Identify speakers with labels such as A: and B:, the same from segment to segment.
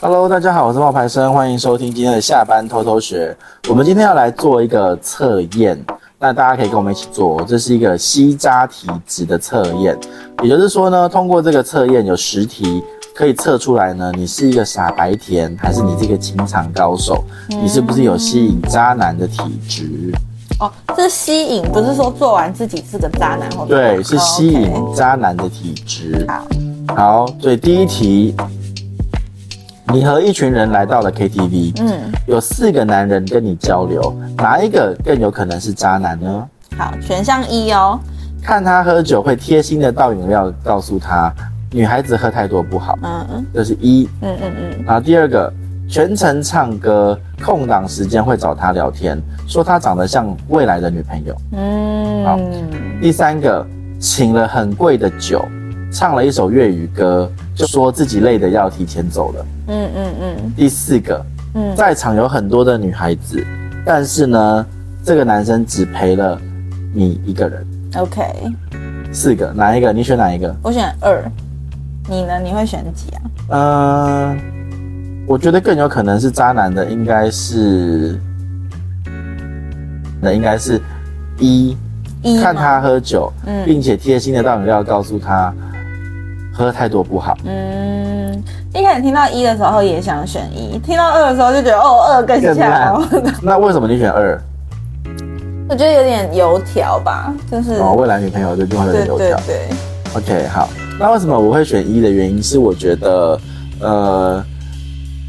A: Hello，大家好，我是冒牌生，欢迎收听今天的下班偷偷学。我们今天要来做一个测验，那大家可以跟我们一起做。这是一个西扎体质的测验，也就是说呢，通过这个测验有十题可以测出来呢，你是一个傻白甜，还是你这个情场高手，你是不是有吸引渣男的体质？
B: 哦，这吸引不是说做完自己是个渣男或者
A: 对，是吸引
B: 哦，OK
A: 渣男的体质。
B: 好，
A: 好，所以第一题，你和一群人来到了 KTV，
B: 嗯，
A: 有四个男人跟你交流，哪一个更有可能是渣男呢？
B: 好，选项一哦，
A: 看他喝酒会贴心的倒饮料告诉他，女孩子喝太多不好，
B: 嗯嗯
A: 这是一。
B: 嗯嗯
A: 然后第二个，全程唱歌，空档时间会找他聊天，说他长得像未来的女朋友。好
B: 嗯，
A: 第三个，请了很贵的酒，唱了一首粤语歌，就说自己累得要提前走了。
B: 嗯嗯嗯
A: 第四个，
B: 嗯
A: 在场有很多的女孩子，但是呢，这个男生只陪了你一个人。
B: 嗯，OK，
A: 四个，哪一个？你选哪一个？
B: 我选二，你呢？你会选几啊？
A: 嗯、我觉得更有可能是渣男的，应该是，那应该是一，
B: 一吗
A: 看他，喝酒，
B: 嗯
A: 并且贴心的倒饮料告诉他，喝太多不好。
B: 嗯，一开始听到一的时候也想选一，听到二的时候就觉得哦，二更
A: 更
B: 像
A: 烂
B: 哦，
A: 那为什么你选二？
B: 我觉得有点油条吧，就是
A: 哦，未来女朋友这句话有
B: 嗯对
A: 点油
B: 对
A: 条。
B: 对，
A: OK，好。那为什么我会选一的原因是，我觉得，呃，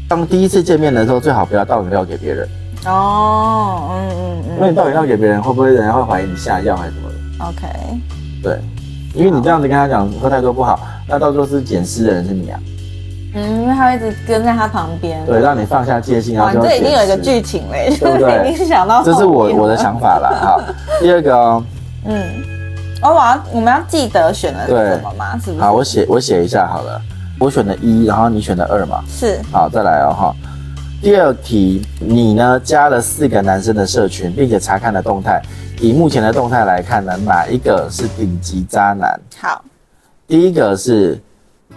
A: 当第一次见面的时候，最好不要倒饮料给别人，
B: 哦，嗯嗯
A: 因为
B: 嗯
A: 你倒饮料给别人，会不会人家会怀疑你下药还是什么的？
B: ，OK，
A: 对，因为你这样子跟他讲喝太多不好，那到最后是捡尸的人是你啊，
B: 嗯，因为他会一直跟在他旁边，
A: 对，让你放下戒心，然
B: 哇，
A: 后
B: 嗯你
A: 就
B: 这一定有一
A: 捡
B: 个
A: 尸，
B: 剧情嘞，
A: 对不 对
B: 已经想到后
A: 这
B: 面
A: 是我我的
B: 了，
A: 想法啦。好，第二个哦，
B: 嗯，哦，我要我们要记得选了
A: 对
B: 什么嘛，是不是？
A: 好，我写我写一下好了，我选的一，然后你选的二嘛，
B: 是，
A: 好，再来哦哈。第二题，你呢加了四个男生的社群，并且查看了动态。以目前的动态来看呢，哪一个是顶级渣男？
B: 好，
A: 第一个是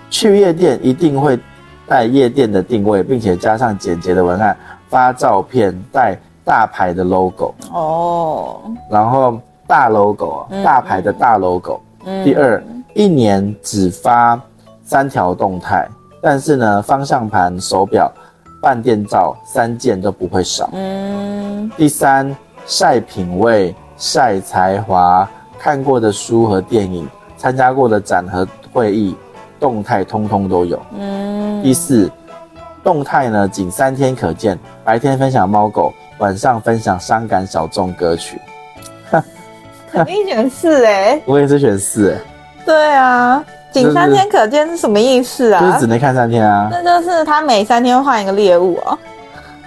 A: 去夜店一定会带夜店的定位，并且加上简洁的文案，发照片带大牌的 logo，
B: 哦，
A: 然后大 logo，啊大牌的大 logo。
B: 嗯
A: 第，二，一年只发三条动态，但是呢，方向盘、手表、半电照三件都不会少。
B: 嗯，
A: 第三，晒品味、晒才华，看过的书和电影，参加过的展和会议，动态通通都有。
B: 嗯，
A: 第四，动态呢仅三天可见，白天分享猫狗，晚上分享伤感小众歌曲。
B: 肯定选四哎，
A: 我也是选四、欸
B: 对啊，仅三天可见是什么意
A: 就
B: 思
A: 是
B: 啊
A: 只？能看三天啊，
B: 那就是他每三天换一个猎物哦，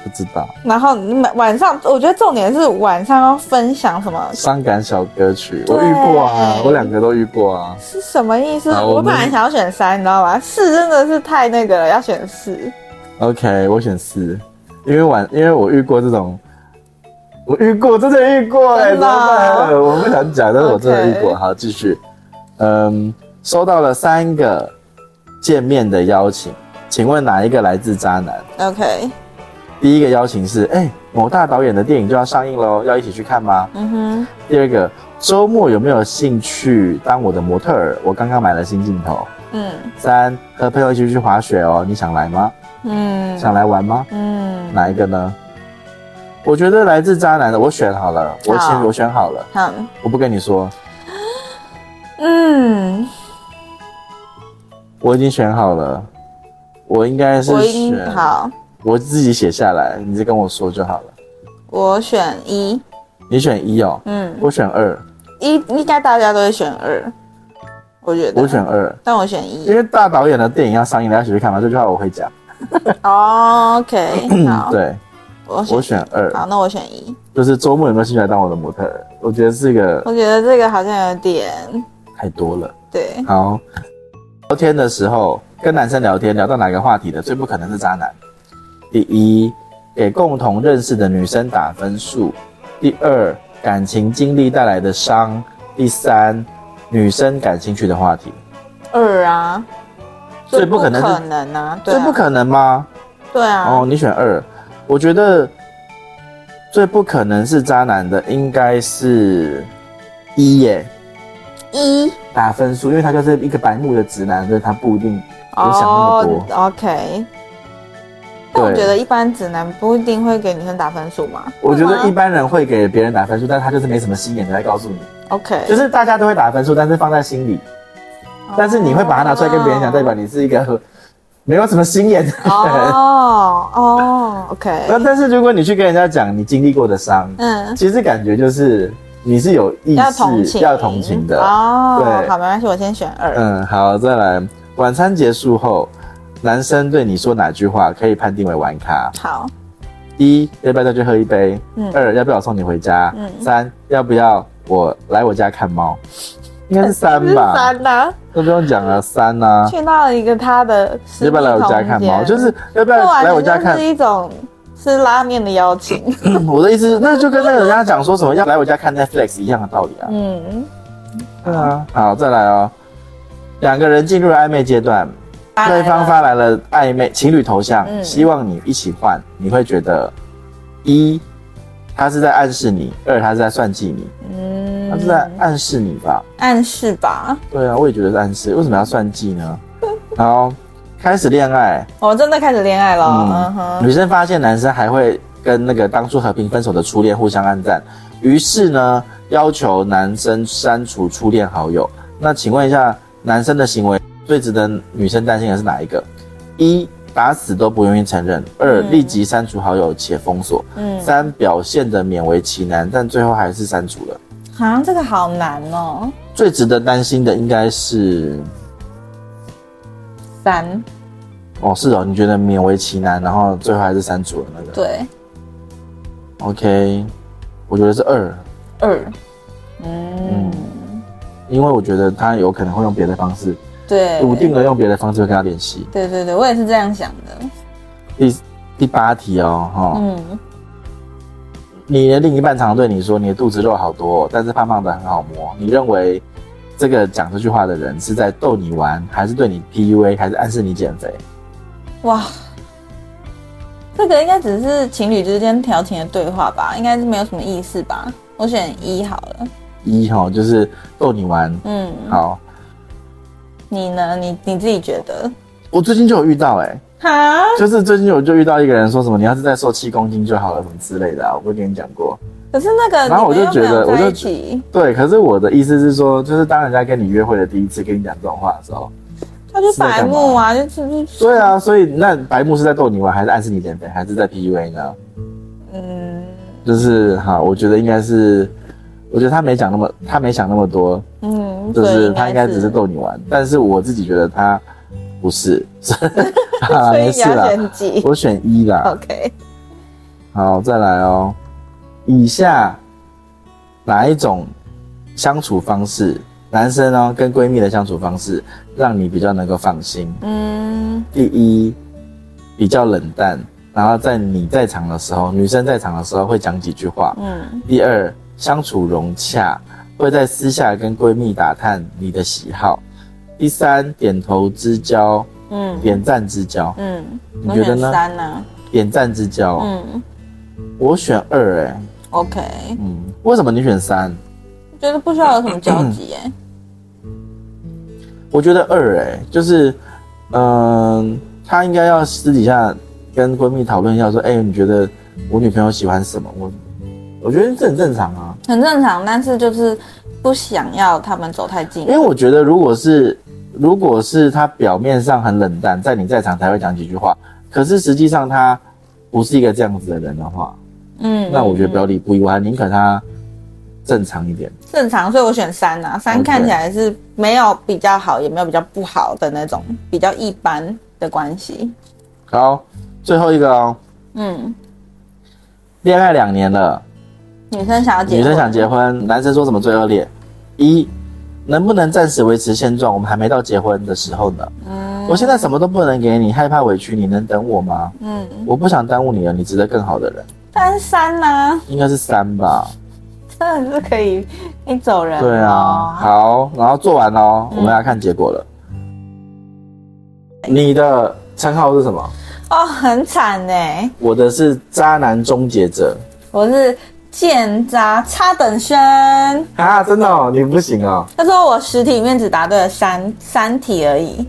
A: 不知道
B: 然后你每晚上，我觉得重点是晚上要分享什么
A: 伤感小歌曲，我遇过啊，
B: 对
A: 我两个都遇过啊。
B: 是什么意思？
A: 好我
B: 我
A: 们
B: 本来想要选三，你知道吗？四真的是太那个了，要选四。
A: OK，我选四，因为晚，因为我遇过这种，我遇过，真的遇过哎、欸，
B: 真的啊
A: 真的我不想讲，但是我真的遇过。
B: OK
A: 好，继续，嗯，收到了三个见面的邀请，请问哪一个来自渣男？
B: OK，
A: 第一个邀请是，哎、某大导演的电影就要上映喽，要一起去看吗？
B: 嗯哼，
A: 第二个，周末有没有兴趣当我的模特儿？我刚刚买了新镜头。
B: 嗯
A: 三，和朋友一起去滑雪哦，你想来吗？
B: 嗯
A: 想来玩吗？
B: 嗯，
A: 哪一个呢？我觉得来自渣男的，我选好了，我
B: 好
A: 选我选好了，
B: 好，
A: 我不跟你说，
B: 嗯，
A: 我已经选好了，我应该是
B: 我应
A: 选
B: 好，
A: 我自己写下来，你再跟我说就好了。
B: 我选一，
A: 你选一哦，
B: 嗯，
A: 我选二，
B: 一应该大家都会选二，我觉得，
A: 我选，二，
B: 但我选
A: 因
B: 一。
A: 为大导演的电影要上映，大家一起去看嘛，这句话我会讲。
B: 哦 OK，好，
A: 对，
B: 我选
A: 我选二，
B: 好，那我选一。
A: 就是周末有没有兴趣来当我的模特儿？我觉得这个
B: 我觉得这个好像有点
A: 太多了。
B: 对，
A: 好，聊天的时候跟男生聊天，聊到哪个话题的，最不可能是渣男。第一，给共同认识的女生打分数；第二，感情经历带来的伤；第三，女生感兴趣的话题。
B: 二啊，
A: 最不可能是
B: 最不可能啊，对
A: 这
B: 啊
A: 不可能吗？
B: 对啊
A: 哦，，你选二，我觉得最不可能是渣男的应该是一耶，
B: 一
A: 打分数，因为他就是一个白目的直男，所以他不一定有想那么多
B: 哦。，OK。但我
A: 对
B: 觉得一般直男不一定会给女生打分数嘛。
A: 我觉
B: 会
A: 得
B: 吗
A: 一般人会给别人打分数，但他就是没什么心眼的来告诉你，
B: OK，
A: 就是大家都会打分数，但是放在心里，
B: 哦
A: 但是你会把它拿出来跟别人讲，代表你是一个没有什么心眼的人。
B: 哦哦，OK，
A: 那但是如果你去跟人家讲你经历过的伤，
B: 嗯，
A: 其实感觉就是你是有意
B: 要同
A: 识
B: 情，
A: 要同情的。
B: 哦
A: 对，
B: 好，没关系，我先选二。
A: 嗯，好，再来。晚餐结束后，男生对你说哪句话可以判定为玩咖？
B: 好，
A: 一，要不要再去喝一杯？
B: 嗯
A: 二，要不要我送你回家？
B: 嗯
A: 三，要不要我来我家看猫？应该是三吧，
B: 三呐，
A: 都不用讲了，三呐、
B: 嗯去到了一个他的私
A: 要不
B: 密
A: 要来我家看猫？
B: 空间
A: 就是要不
B: 不
A: 要
B: 然
A: 来我家
B: 就
A: 看
B: 是？一种吃拉面的邀请。
A: 嗯我的意思是，那就跟那个人家讲说什么要来我家看 Netflix 一样的道理啊。
B: 嗯，
A: 对啊，好，再来哦。两个人进入了暧昧阶段，对方发来了暧昧情侣头像，
B: 嗯
A: 希望你一起换，你会觉得一，他是在暗示你；二，他是在算计你，他是在
B: 嗯，
A: 暗示你吧？
B: 暗示吧，
A: 对啊，我也觉得是暗示，为什么要算计呢？ 然后开始恋爱，
B: 我真的开始恋爱了，嗯
A: 嗯，
B: 哼，
A: 女生发现男生还会跟那个当初和平分手的初恋互相暗赞，于是呢要求男生删除初恋好友。那请问一下，男生的行为最值得女生担心的是哪一个？一打死都不愿意承认；二
B: 嗯
A: 立即删除好友且封锁；
B: 嗯，
A: 三表现的勉为其难，但最后还是删除了。
B: 好像这个好难哦，
A: 最值得担心的应该是
B: 三，
A: 哦，是哦，你觉得勉为其难，然后最后还是删除了那个
B: 对，
A: ？OK，我觉得是二。
B: 二，嗯，
A: 因为我觉得他有可能会用别的方式，
B: 对，
A: 笃定了用别的方式会跟他联系。
B: 对对对，我也是这样想的。
A: 第第八题哦，哈、
B: 嗯，
A: 你的另一半常对你说你的肚子肉好多哦，但是胖胖的很好摸。你认为这个讲这句话的人是在逗你玩，还是对你 PUA，还是暗示你减肥？
B: 哇，这个应该只是情侣之间调情的对话吧，应该是没有什么意思吧。我选一好了。
A: 一哈、哦，就是逗你玩。
B: 嗯，
A: 好，
B: 你呢？你你自己觉得？
A: 我最近就有遇到、欸，
B: 哈，
A: 就是最近我就遇到一个人说什么你要是再瘦七公斤就好了什么之类的啊，我不是跟你讲过。
B: 可是那个，
A: 然后我就
B: 你们又没有
A: 觉得我就
B: 在一起，
A: 对，可是我的意思是说，就是当人家跟你约会的第一次跟你讲这种话的时候，
B: 他就白目啊，就是就是，
A: 对啊，所以那白目是在逗你玩，还是暗示你减肥，还是在 PUA 呢？
B: 嗯
A: 就是哈，我觉得应该是，我觉得他没讲那么，他没想那么多，
B: 嗯，
A: 就是
B: 所以
A: 他应该只是逗你玩。但是我自己觉得他不是， 啊，
B: 所以
A: 没
B: 你
A: 事啦
B: 要，选几
A: 我啊选一啦。
B: ？OK，
A: 好，再来哦。以下哪一种相处方式，男生哦跟闺蜜的相处方式，让你比较能够放心？
B: 嗯
A: 第一比较冷淡，然后在你在场的时候，女生在场的时候会讲几句话。
B: 嗯
A: 第二，相处融洽，会在私下跟闺蜜打探你的喜好。第三，点头之交，
B: 嗯
A: 点赞之交，
B: 嗯，
A: 你
B: 我
A: 觉得
B: 选
A: 呢
B: 三呢？
A: 点赞之交。
B: 嗯
A: 我选二、欸，哎，
B: ，OK，
A: 嗯，为什么你选三？
B: 觉得不需要有什么交集耶。
A: 我觉得二、欸，哎，就是，嗯、她应该要私底下跟闺蜜讨论一下，说，哎、你觉得我女朋友喜欢什么？我，我觉得这很正常啊。
B: 很正常，但是就是不想要他们走太近
A: 因。为我觉得，如果是如果是他表面上很冷淡，在你在场才会讲几句话，可是实际上他不是一个这样子的人的话，
B: 嗯
A: 那我觉得
B: 嗯
A: 表里不一，我还宁可他正常一点。
B: 正常，所以我选三啊。三
A: OK
B: 看起来是没有比较好，也没有比较不好的那种，比较一般的关系。
A: 好，最后一个哦，
B: 嗯，
A: 恋爱两年了，
B: 女生想要结婚，
A: 女生想结婚，男生说什么最恶劣？一，能不能暂时维持现状？我们还没到结婚的时候呢。
B: 嗯
A: 我现在什么都不能给你，害怕委屈，你能等我吗？
B: 嗯，
A: 我不想耽误你了，你值得更好的人，
B: 但是三呢、
A: 应该是三吧。
B: 真的是可以一走人、哦。
A: 对啊，，好，然后做完喽，
B: 嗯
A: 我们要看结果了。你的称号是什么？
B: 哦，很惨哎，
A: 我的是渣男终结者
B: 我是见渣差等生。
A: 啊，真的哦，你不行哦，
B: 他说我实体里面只答对了三三题而已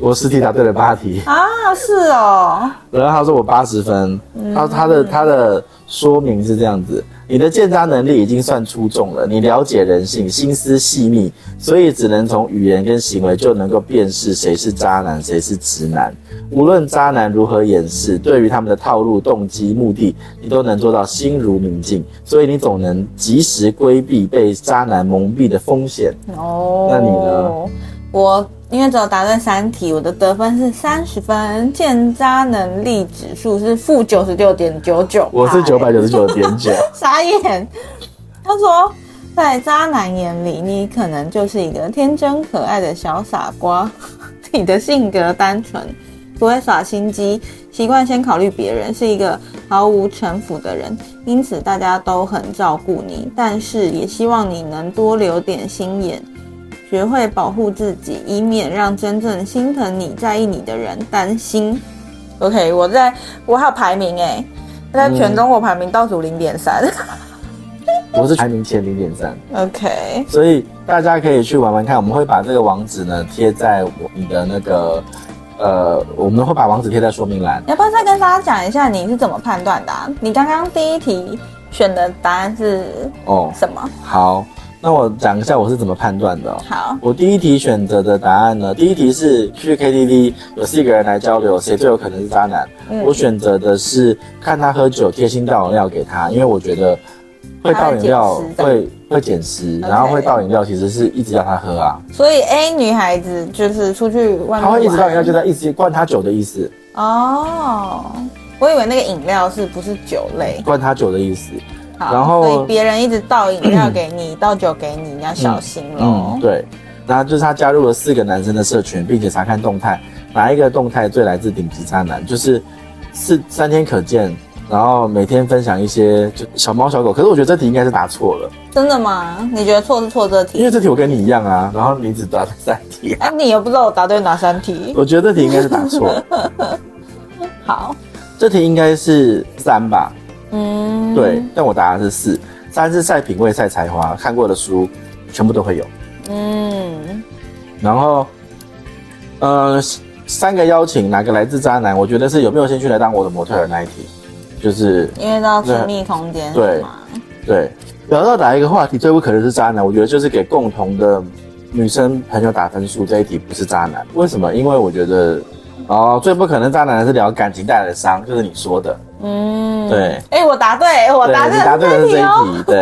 A: 我实体答对了八题，
B: 啊，是哦，
A: 然后他说我八十分，他他的他的说明是这样子。你的鉴渣能力已经算出众了，你了解人性，心思细腻，所以只能从语言跟行为就能够辨识谁是渣男，谁是直男。无论渣男如何掩饰，对于他们的套路、动机、目的，你都能做到心如明镜，所以你总能及时规避被渣男蒙蔽的风险。
B: 哦，
A: 那你呢？
B: 我因为只有答对三题，我的得分是三十分，见渣能力指数是负九十六点九九，啊
A: 我是九百九十九点九。
B: 傻眼。他说，在渣男眼里，你可能就是一个天真可爱的小傻瓜， 你的性格单纯，不会耍心机，习惯先考虑别人，是一个毫无城府的人，因此大家都很照顾你，但是也希望你能多留点心眼。学会保护自己，以免让真正心疼你、在意你的人担心。OK，我在我还有排名哎，在全中国排名倒数零点三。
A: 我是排名前零点三，
B: OK，
A: 所以大家可以去玩玩看。我们会把这个网址呢贴在我你的那个呃，我们会把网址贴在说明栏。
B: 要不要再跟大家讲一下你是怎么判断的啊、你刚刚第一题选的答案是
A: 哦，
B: 什么？
A: 好，那我讲一下我是怎么判断的哦、
B: 好，
A: 我第一题选择的答案呢，第一题是去 KTV 有四个人来交流，谁最有可能是渣男？
B: 嗯
A: 我选择的是看他喝酒，贴心倒饮料给他，因为我觉得会倒饮料
B: 他会
A: 会会捡食，
B: OK
A: 然后会倒饮料其实是一直要他喝啊，
B: 所以 A 女孩子就是出去外面玩，
A: 他会一直倒饮料就在一直灌他酒的意思，
B: 哦。我以为那个饮料是不是酒类？
A: 灌他酒的意思。
B: 好
A: 然后
B: 所以别人一直倒饮料给你，倒酒给你，你要小心喽、
A: 嗯，对。然后就是他加入了四个男生的社群，并且查看动态，哪一个动态最来自顶级渣男？就是四三天可见，然后每天分享一些就小猫小狗。可是我觉得这题应该是答错了，
B: 真的吗？你觉得错是错这
A: 因
B: 题？
A: 为这题我跟你一样啊，然后你只答对三题，
B: 哎、你又不知道我答对哪三题。
A: 我觉得这题应该是答错了，
B: 好，
A: 这题应该是三吧？
B: 嗯，
A: 对，，但我答的是四，三是晒品味、晒才华，看过的书全部都会有。
B: 嗯，
A: 然后，呃，三个邀请哪个来自渣男？我觉得是有没有兴趣来当我的模特儿那一题，就是
B: 因为到亲密空间是吗？
A: 对聊到哪一个话题最不可能是渣男，我觉得就是给共同的女生朋友打分数这一题不是渣男，为什么？因为我觉得。哦，最不可能渣男的是聊感情带来的伤，就是你说的，
B: 嗯，
A: 对。
B: 哎、我答对，我
A: 对，
B: 答对
A: 你答
B: 了
A: 对的
B: 这
A: 是这
B: 题哦。
A: 一题，对。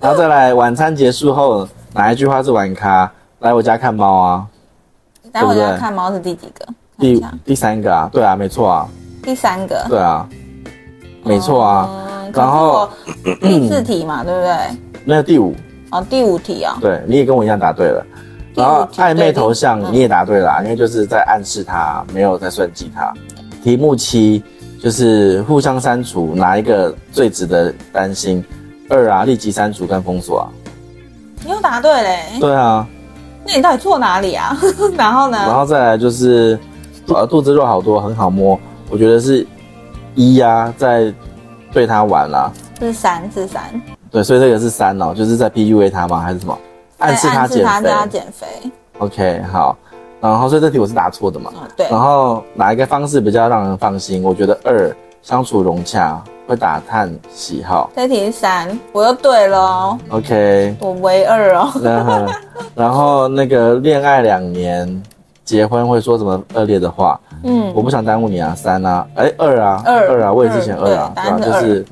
A: 然后再来，晚餐结束后哪一句话是玩咖？来我家看猫啊，
B: 待会儿就
A: 对
B: 要
A: 不对
B: 看猫是第几个，看一
A: 第
B: 下
A: 第三个啊，对啊，没错啊，
B: 第三个，
A: 对啊，没错啊。
B: 嗯
A: 然后
B: 可是我第四题嘛，对不对？
A: 那个第五，
B: 哦，第五题哦，
A: 对，你也跟我一样答对了。
B: 第五
A: 然后
B: 题
A: 暧昧头
B: 对
A: 像
B: 第
A: 你也答对了啊、因为就是在暗示他，没有在算计他。题目七就是互相删除，哪一个最值得担心？二啊，立即删除跟封锁啊。
B: 你又答对嘞。
A: 对啊，
B: 那你到底错哪里啊？ 然后
A: 然
B: 呢？
A: 后再来就是，呃，肚子肉好多，很好摸，我觉得是一啊，在对他玩啦、
B: 是三，是三，
A: 对，所以这个是三哦，就是在 PUA 他吗？还是什么？暗示
B: 对啊
A: 他
B: 暗示
A: 减
B: 他
A: 肥
B: 叫。他减肥。
A: OK，好。然后所以这题我是答错的嘛。
B: 哦，对
A: 然，后哪一个方式比较让人放心？我觉得二相处融洽，会打探喜好。
B: 这题是三，我又对了哦，
A: OK，
B: 我唯二哦。
A: 然后然后那个恋爱两年，结婚会说什么恶劣的话？
B: 嗯，
A: 我不想耽误你啊，三啊，哎二啊，
B: 二
A: 二啊，我也之前
B: 二
A: 二啊，
B: 对
A: 吧？
B: 答
A: 就
B: 案是
A: 是，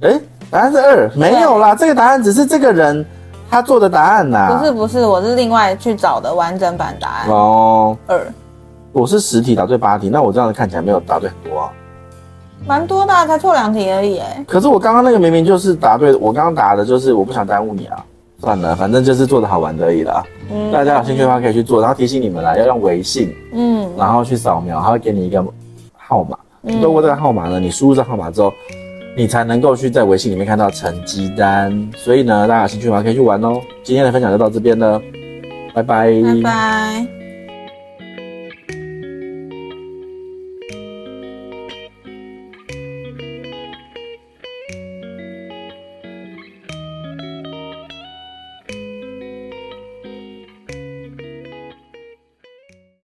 A: 哎，答案是二，没有啦，这个答案只是这个人他做的答案呐、
B: 不是不是，我是另外去找的完整版答案
A: 哦，
B: 二，
A: 我是十题答对八题，那我这样看起来没有答对很多啊。
B: 蛮多的啊，才错两题而已哎。
A: 可是我刚刚那个明明就是答对，我刚刚答的就是我不想耽误你啊。算了，反正就是做的好玩的而已啦。
B: 嗯
A: 大家有兴趣的话可以去做，然后提醒你们啦，要用微信，
B: 嗯
A: 然后去扫描，它会给你一个号码。
B: 嗯
A: 透过这个号码呢，你输入这个号码之后，你才能够去在微信里面看到成绩单。所以呢，大家有兴趣的话可以去玩哦。今天的分享就到这边了，拜拜
B: 拜拜。